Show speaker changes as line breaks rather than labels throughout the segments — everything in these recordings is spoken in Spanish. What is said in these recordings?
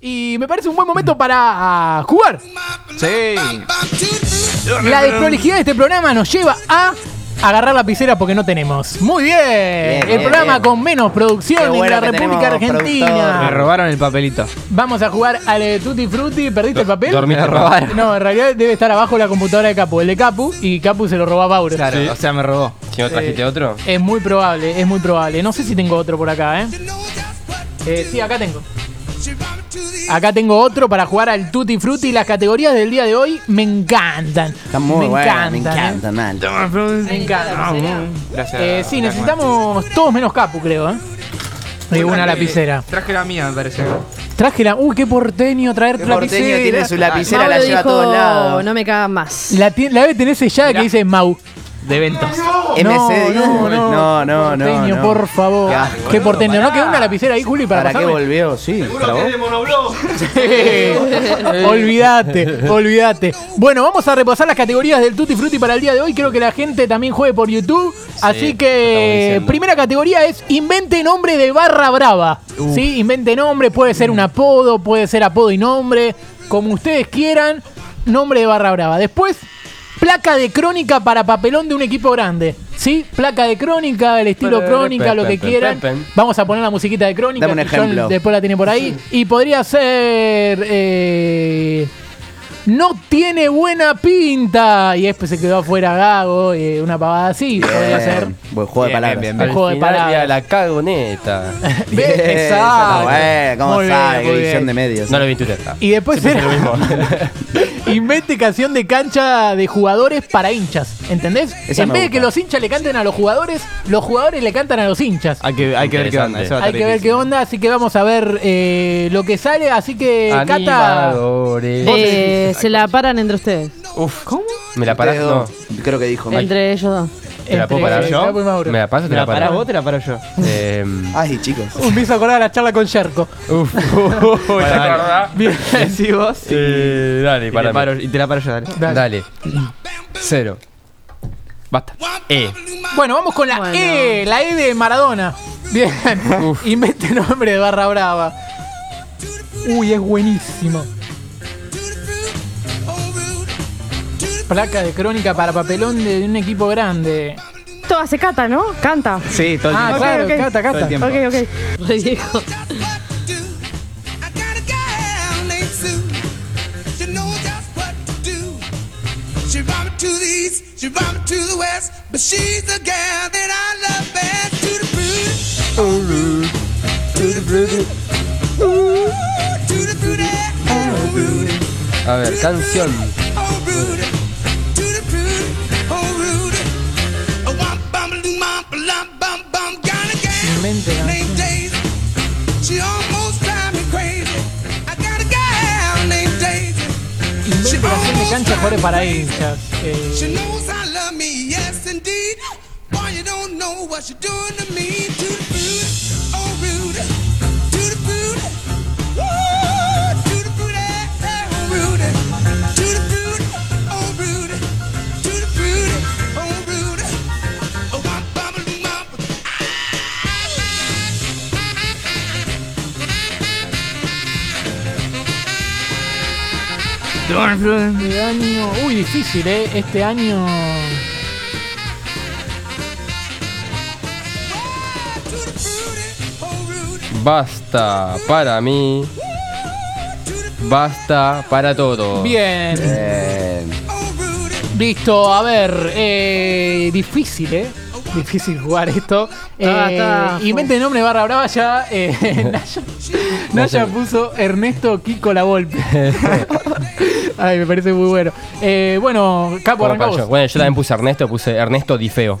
Y me parece un buen momento para ah, jugar.
Sí.
La desprolijidad de este programa nos lleva a agarrar la lapicera porque no tenemos. Muy bien. el
bien,
programa
bien.
con menos producción
Qué
en
bueno
la
que
República
tenemos
Argentina.
Me robaron el papelito.
Vamos a jugar al eh, Tutti Frutti. ¿Perdiste el papel?
dormí, te robaron.
No, en realidad debe estar abajo la computadora de Capu, el de Capu, y Capu se lo robó a Bauro.
Claro, o sea, me robó.
¿Qué no trajiste otro?
Es muy probable, es muy probable. No sé si tengo otro por acá, ¿eh? Eh, sí, acá tengo. Acá tengo otro para jugar al Tutti Frutti. Las categorías del día de hoy me encantan.
Está muy
me
bueno, me
encantan, ¿eh?
encanta, mal.
Me encanta.
Gracias.
Eh, sí,
Dagmar.
necesitamos todos menos Capu, creo, ¿eh? Y una
Traje-
lapicera.
Traje la mía, me parece.
Traje la. Uy, qué porteño traer
El
lapicera.
porteño tiene su lapicera,
Mauro
la lleva a
dijo,
todos lados.
No me cagan más.
La, ti- la debe tener sellada que dice Mau.
De ventas.
MC, dijo.
no, no,
no, no, no,
Porteño,
no.
por favor.
Qué
Qué,
asco, boludo,
porteño. ¿No quedó una lapicera ahí, Juli, para,
¿Para qué
pasarme?
volvió? Sí, para vos.
olvídate, olvídate. Bueno, vamos a repasar las categorías del Tutti Frutti para el día de hoy. Creo que la gente también juegue por YouTube. así
estamos
que,
diciendo.
primera categoría es invente nombre de barra brava. ¿Sí? Invente nombre, puede ser un apodo, puede ser apodo y nombre. Como ustedes quieran, nombre de barra brava. Después, placa de crónica para papelón de un equipo grande. ¿Sí? Placa de crónica, el estilo
Pe-
crónica,
pe-
lo que
pe- pe-
quieran.
pe- pe.
Vamos a poner la musiquita de crónica.
Dame un
que John
ejemplo.
después la tiene por ahí. Y podría ser. eh, no tiene buena pinta. Y después se quedó afuera Gago. eh, una pavada así. Podría ser.
Bien, Buen juego de
Bien,
palabras.
bien,
El juego de palabras.
ya la cagoneta.
Bien,
Bien,
exacto.
bueno, ¿Cómo
Muy bien,
sabe?
muy
Qué visión
bien.
de medios.
No lo vi tú neta.
Y después
Siempre
era-
es lo mismo.
invente canción de cancha de jugadores para hinchas. ¿Entendés?
Esa
en
me
vez de
gusta.
que los hinchas le canten a los jugadores, los jugadores le cantan a los hinchas.
Hay que, hay que ver qué onda. eso va a
Hay
estar
que ver qué
difícil.
onda, así que vamos a ver eh, lo que sale. Así que, Cata.
Animadores.
Eh, se la paran entre ustedes.
Uf, ¿cómo? ¿Me la paras?
Ustedes
No.
dos, Creo que dijo Mike.
Entre ellos dos.
¿Te la puedo
entre
parar yo?
Capo y Mauro.
¿Me la paso o te
¿Te
la
la parás
paro?
vos o te la paro yo?
Eh,
Ay, chicos.
Uy, me hizo acordar la charla con Yerko.
Uf. Bien, sí, vos.
Eh, dale,
Y te,
para.
paro, y te la paro yo, dale.
Dale. Cero.
Basta.
E.
Bueno, vamos con la
Bueno.
E, la E de Maradona. Bien. Invente nombre de barra brava. Uy, es buenísimo. Placa de crónica para papelón de un equipo grande.
Todo hace cata, ¿no? Canta.
Sí, todo el
Ah,
tiempo.
claro,
ok.
cata,
Todo el
cata.
tiempo.
Ok, ok. Re viejo.
She brought me to the east, she brought me to the west, but she's the gal that I love best. To the fruit, oh Rudy, to the fruit, oh Rudy,
A ver, canción.
oh Rudy, to the fruit, oh Rudy. A womp bum a loo mom, a lump bum bum, got a gal
Invente canción.
named Daisy. She almost drive me crazy. I got a gal named Daisy.
Invente canción de cancha jugadores para hinchas. Eh,
She knows I love me, yes indeed. Boy, you don't know what you're doing to me. To the food, oh Rudy. To the food, woo. To the food, oh Rudy. To the food, oh Rudy. To the food, oh Rudy. Oh, I'm bubbling up.
este año. Uy, difícil, eh. Este año.
To the food, oh Rudy.
Basta para mí.
To the
Basta para todo.
Bien.
Bien.
oh Rudy.
Listo, a ver, eh, difícil, ¿eh? Difícil jugar esto.
Está,
Eh,
está.
y mente de nombre barra brava ya. eh, Naya, Naya puso Ernesto Kiko la Volpe. Ay, me parece muy bueno. Eh, bueno, Capo,
Bueno,
arrancamos.
yo. Bueno, yo también puse Ernesto, puse Ernesto Di Feo.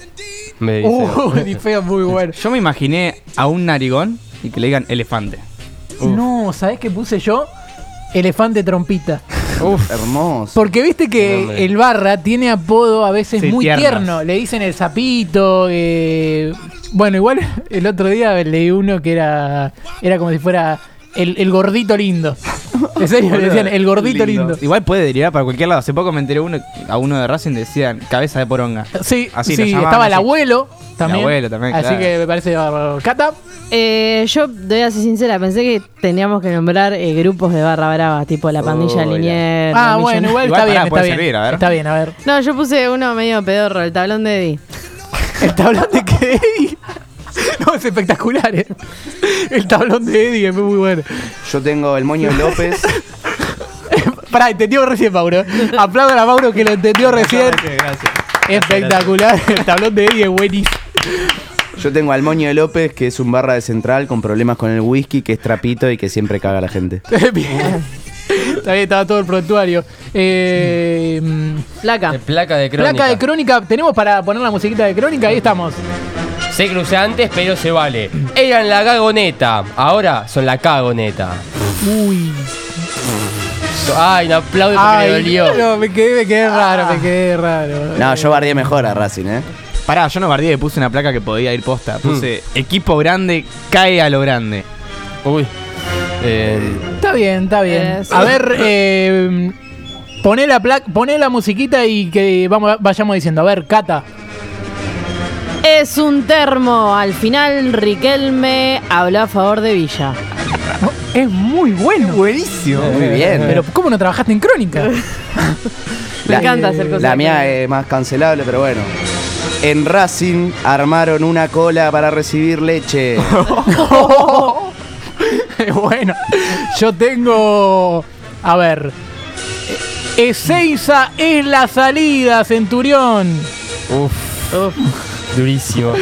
Me dice.
feo, Uh, muy bueno.
Yo me imaginé a un narigón y que le digan elefante.
No, ¿sabés qué puse yo? Elefante trompita.
Hermoso.
Porque viste
Qué
que
nombre.
el barra tiene apodo a veces
Sí,
muy
tiernos.
tierno. Le dicen el sapito. eh, Bueno, igual el otro día leí uno que era, era como si fuera el, el gordito lindo. En serio, le decían el gordito lindo.
Igual puede derivar para cualquier lado. Hace poco me enteré uno, a uno de Racing decían cabeza de poronga.
Sí,
Así lo
sí,
llamaban,
estaba el
así.
abuelo también.
abuelo también,
Así
claro.
que me parece bárbaro. Cata,
Eh, yo voy a ser sincera, pensé que teníamos que nombrar eh, grupos de barra brava, tipo la pandilla
Oh,
linier. la
ah, bueno,
millona-
igual,
Igual,
está
pará,
bien, está
puede
bien.
servir, a ver.
Está bien, a ver.
No, yo puse uno medio pedorro, el tablón de Eddie.
El tablón de que Eddie. No, es espectacular, ¿eh? El tablón de Eddie es muy bueno.
Yo tengo el moño López.
Pará, entendió recién, Mauro. Aplaudan a Mauro que lo entendió recién.
Gracias.
Espectacular. El tablón de Eddie es buenísimo.
Yo tengo al moño López, que es un barra de central con problemas con el whisky, que es trapito y que siempre caga a la gente.
Bien. Está bien, estaba todo el prontuario. Eh, mm,
Placa.
De placa de crónica.
placa de crónica. Tenemos para poner la musiquita de crónica. Ahí estamos.
Se cruza antes, pero se vale. Eran la gagoneta. Ahora son la cagoneta.
Uy.
Ay, un aplauso porque le dolió.
no, me quedé, me quedé raro, me quedé raro.
No, yo barría mejor a Racing, ¿eh?
Pará, yo no bardeé, le puse una placa que podía ir
Mm.
posta. Puse equipo grande, cae a lo grande.
Uy. Eh,
Está bien, está bien.
Eh, sí.
A ver, eh, poné, la pla- poné la musiquita y que vamos, vayamos diciendo. A ver, Cata.
Es un termo. Al final, Riquelme habló a favor de Villa.
Es muy bueno.
Buenísimo.
Muy bien.
Pero ¿cómo no trabajaste en crónica?
Me encanta hacer cosas
La mía
que-
es más cancelable, pero bueno. En Racing armaron una cola para recibir leche.
bueno, yo tengo. A ver. Ezeiza es la salida, Centurión.
uf. Durísimo.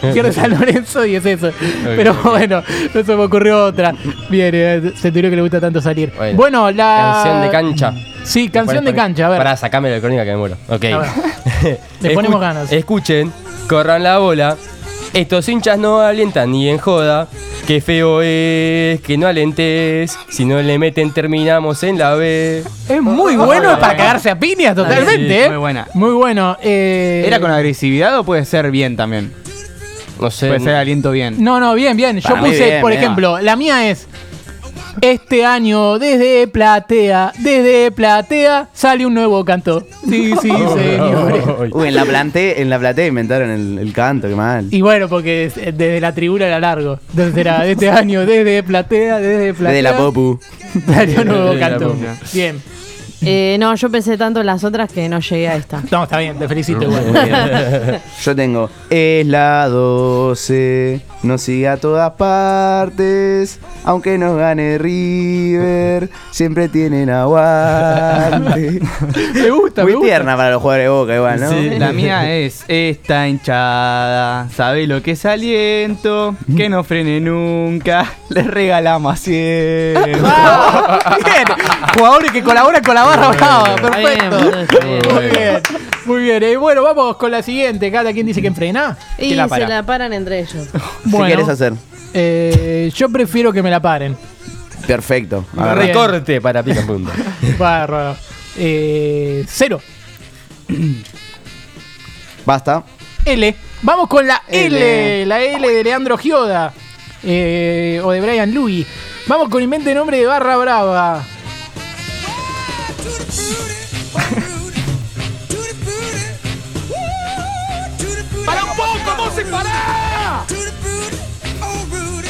Pierde San Lorenzo y es eso. Pero bueno, no se me ocurrió otra. Bien, eh, Centurión que le gusta tanto salir. Bueno,
Bueno,
la.
Canción de cancha.
Sí, canción de
Pará,
cancha, a ver.
Pará, sacame la crónica que me muero. Ok.
A ver. Le
Escu-
ponemos ganas.
Escuchen, corran la bola. Estos hinchas no alientan ni en joda. Qué feo es que no alentes. Si no le meten, terminamos en la B.
Es muy bueno para cagarse a piñas totalmente,
Sí,
¿eh?
muy buena.
Muy bueno. eh,
¿Era con agresividad o puede ser bien también?
No sé.
Puede ser aliento bien.
No, no, bien, bien. Yo
Para mí
puse,
bien,
por
bien.
ejemplo, la mía es. Este año, desde Platea, desde Platea, sale un nuevo canto. Sí, sí, señores.
Uy, en la planté, en la platea inventaron el, el canto, qué mal.
Y bueno, porque es- eh, desde la tribuna era largo. Entonces era este año, desde Platea, desde Platea.
Desde la popu.
Sale un nuevo
Desde la
canto.
popu.
Bien.
Eh, no, yo pensé tanto en las otras que no llegué a esta.
No, está bien, te felicito igual.
Yo tengo es la 12, nos sigue a todas partes, aunque nos gane River, siempre tienen aguante.
me gusta, me
Muy
gusta.
tierna para los jugadores de Boca igual, ¿no?
Sí, La mía es esta hinchada, sabe lo que es aliento, que no frene nunca, le regalamos asiento.
Bien. Jugadores que colaboran con la barra brava.
Está bien, boludo,
Perfecto.
está bien.
Muy bien. Muy bien. Eh, bueno, vamos con la siguiente. Cada quien dice que frena.
Y
la para?
se la paran entre ellos.
Bueno,
¿Qué quieres hacer?
eh, yo prefiero que me la paren.
Perfecto.
Agarra.
Recorte para pica en punta.
Bárbaro. Eh, cero.
Basta.
L. Vamos con la L.
L.
La L de Leandro Gioda. eh, o de Brian Louis. Vamos con invente nombre de Barra Brava.
To the booty, oh, Rudy. To the booty, woo. To the booty,
¡Para un poco, Music! ¡Para!
to the booty, oh, Rudy.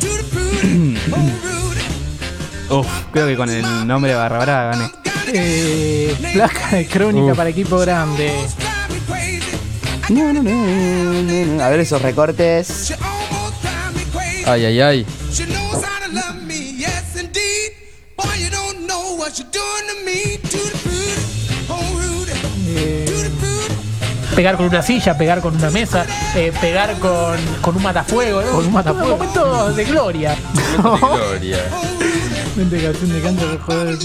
To the booty, oh, Rudy.
Uf, creo que con el nombre de Barra Brava gané.
Eh, placa de crónica para equipo grande.
Drive me crazy.
No, no, no, no, no. A ver esos recortes.
She almost drive me crazy.
Ay, ay, ay.
She knows how to love me, yes indeed. Boy, you don't know what you're doing to me. To the booty, oh, Rudy.
Eh.
To the booty.
Pegar con una silla, pegar con una mesa, eh, pegar con, con un matafuego. ¿no? Con un matafuego. Momentos de gloria.
oh,
Mente canción de canto, por joder.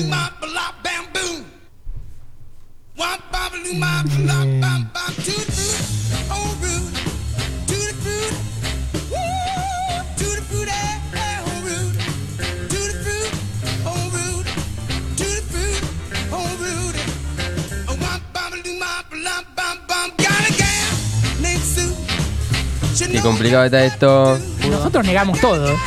Qué complicado está esto.
Nosotros negamos todo.
You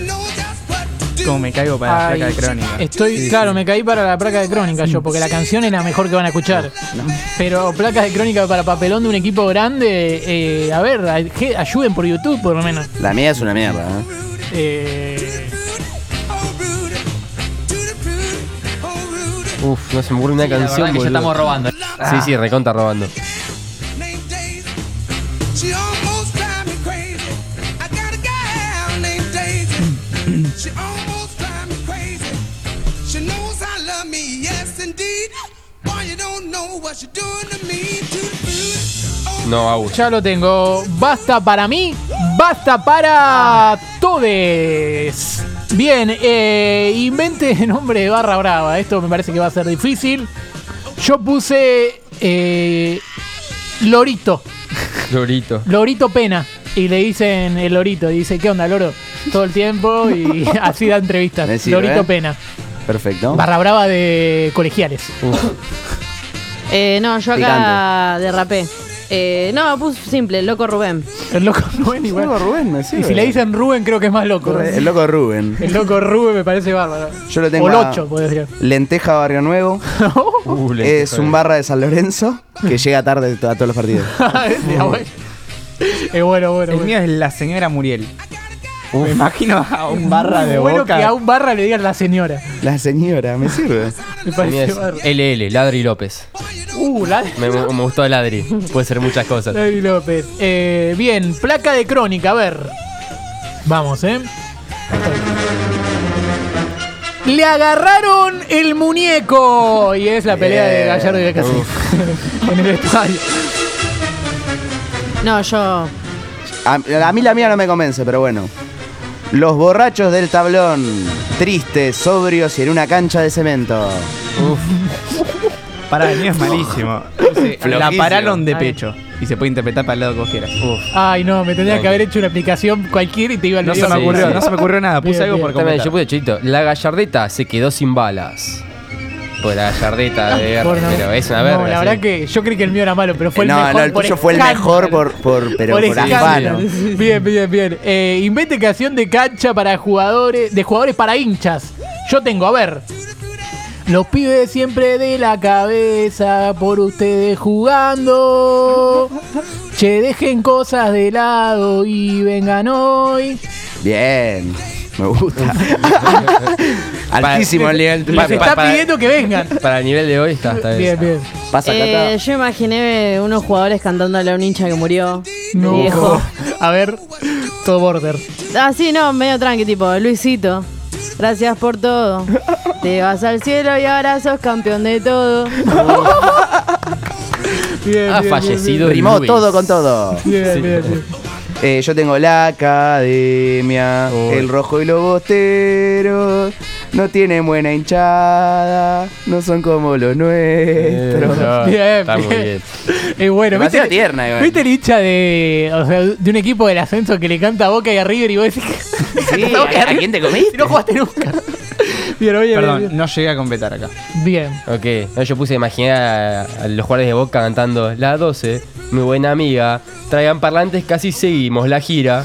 know just what to
como me caigo para
Ay,
la placa de crónica.
Estoy, claro, me caí para la placa de crónica yo, porque la canción es la mejor que van a escuchar. Pero placa de crónica para papelón de un equipo grande, eh, a ver, ay- que ayuden por YouTube por lo menos.
La mía es una mierda. ¿eh?
Eh,
Uf, no se me ocurre una
Sí, la
canción,
verdad que ya
boludo.
estamos robando. Ah.
Sí, sí, reconta robando.
She almost drive me crazy. I got a gal named Daisy. she almost drive me crazy. She knows I love me, yes indeed. Boy, you don't know what you're doing to me. To the food, oh,
No, Agus.
ya lo tengo. Basta para mí, basta para todes. Bien, eh, invente nombre de barra brava. Esto me parece que va a ser difícil. Yo puse eh, Lorito.
Lorito.
Lorito Pena. Y le dicen el Lorito. Y dice, ¿qué onda, Loro? Todo el tiempo y así da entrevistas.
Me sirve. ¿eh?
Lorito Pena.
Perfecto.
Barra brava de colegiales.
Eh, no, yo acá derrapé. Eh, no, puse simple, loco Rubén.
El loco Rubén
El loco
igual.
Rubén, me sirve.
Y si le dicen Rubén, creo que es más loco.
El loco Rubén.
El loco Rubén me parece bárbaro.
Yo lo tengo
O
a-
Locho, podría decir.
Lenteja Barrio Nuevo.
Uh, le-
Es un barra de San Lorenzo que llega tarde a todos los partidos.
Ah, Es bueno, Eh, bueno, bueno.
El
bueno.
mío es la señora Muriel. Me imagino a un barra de
bueno
boca.
que a un barra le digan la señora.
La señora, me sirve.
Me
La mía
parece
es
bárbaro.
LL, Ladri López.
Uh, la
Me, me gustó el Ladri. Puede ser muchas cosas.
Larry López. Eh, bien, placa de crónica, a ver. Vamos, ¿eh? Le agarraron el muñeco. Y es la pelea de Gallardo y de Casi. en el estadio.
No, yo.
A, a mí la mía no me convence, pero bueno. Los borrachos del tablón, tristes, sobrios y en una cancha de cemento.
Para el mío es malísimo. Puse, la
Flojísimo.
pararon de pecho. Y se puede interpretar para el lado que vos quieras.
Ay, no, me tendría que haber hecho una aplicación cualquiera y te iba a
No se me
Sí,
ocurrió,
sí.
no se me ocurrió nada. Puse
Bien,
algo
bien.
por
También, yo puse
comentar.
chito. La gallardeta se quedó sin balas. Pues la gallardeta de verga,
Por no-
pero es una
Ah, no,
verga.
la
sí.
verdad que yo creí que el mío era malo, pero fue el
Eh, no,
mejor.
no, el
por
tuyo fue el
escándalo.
mejor por, por, pero por,
escándalo.
afano.
Bien, bien, bien. Eh, invente creación de cancha para jugadores, de jugadores para hinchas. Yo tengo, a ver. Los pibes siempre de la cabeza por ustedes jugando. Che, dejen cosas de lado y vengan hoy.
Bien, me gusta. Altísimo el nivel.
Nos
pa-
está
pa-
pidiendo que vengan.
Para el nivel de hoy está, está
Bien,
esa.
bien.
Pasa Cata.
Eh, yo imaginé unos jugadores cantándole a un hincha que murió.
No.
Viejo.
A ver, todo border.
Ah, sí, no, medio tranqui, tipo, Luisito. Gracias por todo. Te vas al cielo y ahora sos campeón de todo.
Bien,
Ha
bien, bien,
Ah, fallecido
Rimó
Luis.
todo con todo.
Bien, bien, bien.
Eh, yo tengo la academia,
Oh.
el rojo y los bosteros. No tienen buena hinchada, no son como los nuestros.
Ah,
Bien,
Está muy
bien.
bien.
Eh, bueno,
Demasiado
¿viste,
tierna, igual.
¿viste el hincha de, o sea, de un equipo del ascenso que le canta a Boca y a River y vos decís que
Sí, ¿a quién te comiste?
no jugaste nunca? Bien, oye,
Perdón, no llegué a completar acá.
bien. bien.
Ok, no, yo puse imaginar a, a los jugadores de Boca cantando La 12, mi buena amiga, traigan parlantes, casi seguimos la gira.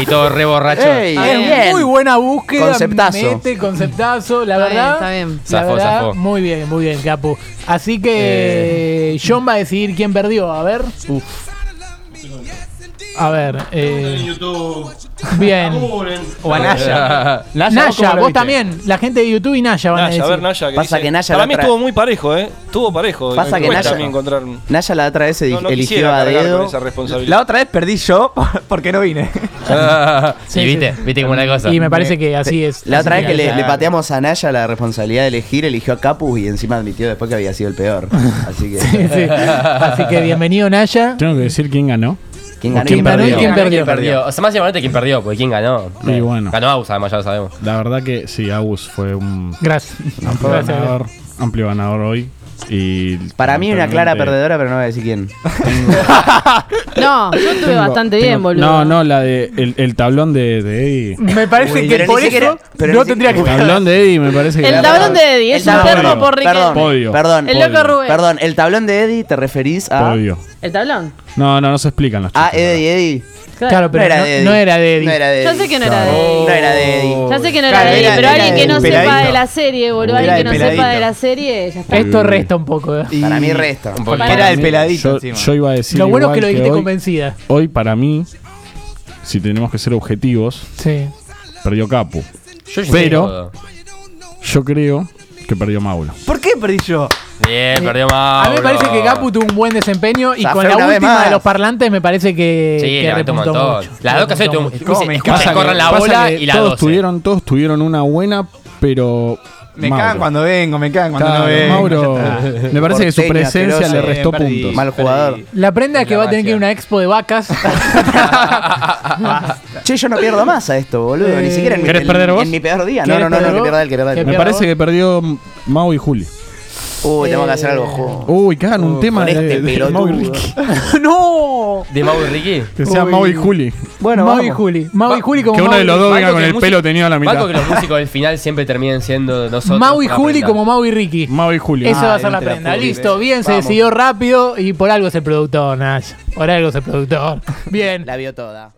Y todo re borracho.
Ey,
bien.
Es muy buena búsqueda.
Conceptazo.
Mete conceptazo, la
Está bien,
verdad.
está bien.
la
Zafó,
verdad,
zafó.
Muy bien, muy bien, Capu. Así que John va a decidir quién perdió. A ver. A ver. eh, bien.
O a Naya.
Naya, vos también. La gente de YouTube y Naya van a
Naya, a
decir.
ver Naya. que
Pasa que Naya
Para
la
mí
tra-
estuvo muy parejo, ¿eh? Estuvo parejo.
Pasa
Me
que
cuesta
Naya-
a mí encontrar... un-
Naya la otra vez se
No, no
eligió
quisiera
a
cargar con
dedo.
esa responsabilidad.
La otra vez perdí yo porque no vine.
Sí,
y viste,
sí.
viste como una cosa.
Y me parece que así es.
La otra
Así
vez que le,
claro.
le pateamos a Naya la responsabilidad de elegir, eligió a Capus y encima admitió después que había sido el peor. Así que.
que- sí. Así que bienvenido, Naya.
Tengo que decir quién ganó.
¿Quién
¿O
ganó?
quién perdió?
¿Quién perdió?
¿Quién perdió? O sea, más importante quién perdió, porque quién ganó.
Sí,
Eh,
bueno.
Ganó Agus, además, ya lo sabemos.
La verdad que sí, Agus fue un
Gracias.
amplio
Gracias.
ganador, amplio ganador hoy. Y
Para mí una clara perdedora, pero no voy a decir quién.
No, yo estuve
Tengo-
bastante
tengo-
bien, boludo.
No, no, la de el, el tablón de, de Eddie.
Me parece
Uy,
que
pero
por
ni
eso
siquiera- pero
no
ni
tendría que
El tablón de Eddie me parece que
El
ganó.
tablón de Eddie es
El
un
tablón.
perro por Riquelme.
Perdón,
Podio.
perdón,
El loco Rubén.
perdón, el tablón de Eddie te referís a.
Podio.
¿El tablón?
No, no, no se explican los
Ah,
chistes.
Eddie, Eddie.
Claro, pero no no era de,
Eddie.
Eddie.
No era de
Yo
Eddie.
sé que no era de Eddie.
No era de Eddie.
Ya sé que no
Claro,
era de
era-
Eddie, pero
era
alguien que
del
no sepa
peladito.
de la serie, boludo.
Era
Alguien que no
del
sepa
peladito.
de la serie, ya está.
Esto resta un poco. eh.
Para mí resta.
Un poquito.
Era el
Yo,
peladito encima.
yo iba a decir.
lo bueno es
igual
que lo dijiste
hoy,
convencida.
hoy, para mí, si tenemos que ser objetivos,
Sí.
perdió Capu.
Yo llegué
Pero-
joda.
Yo creo que perdió Mauro.
¿Por qué perdí yo?
Bien, perdió más.
Eh, A mí me parece que Capu tuvo un buen desempeño y
Zafé
con la
una vez
última
más.
de los parlantes me parece que,
Sí,
que
levantó un
repuntó
montón.
mucho.
Las dos canciones
Repuntó
tuvimos.
mucho.
escuchen, escuchen,
que-
corran la
pasa
bola
que
y la
todos
12.
tuvieron Todos tuvieron una buena, pero.
Me
Mauro.
cagan cuando vengo, me cagan cuando
Claro,
no vengo.
Mauro,
ya está.
me parece que su
Porteña,
presencia
asquerosa.
le restó
Eh, perdí.
puntos.
Mal jugador.
La prenda es que
La
va a tener que
magia.
ir a una expo de vacas.
Che, yo no pierdo más a esto, boludo. Ni siquiera en, mi-
¿Querés
en-
perder vos?
en mi peor día. No,
¿Querés
no, no, no,
perder
que
vos?
pierda él, que pierda
Que
él.
Me
pierda
parece que perdió Mau y Juli.
Uy, tengo que hacer algo juntos.
Uy, cagan un tema
Con
de,
este
de- de Mau y
pelotudo.
Ricky.
¡No!
De Mau y Ricky.
Que sea
Uy.
Mau y Juli.
Bueno,
Mau y
vamos.
Juli. Mau y
Va-
Juli como
Que uno
Mau
de
y-
los dos venga
Banco
con
que
el
músico-
pelo tenido a la
Banco
mitad.
que los músicos del final siempre terminan siendo nosotros.
Mau y
una
Juli
prenda.
como Mau y Ricky.
Mau y Juli.
Esa va a
Ah,
ser la
entre la
prenda.
Juli,
Listo,
eh.
bien, se
Vamos.
decidió rápido y por algo es el productor, Nash. Por algo es el productor. Bien.
La vio toda.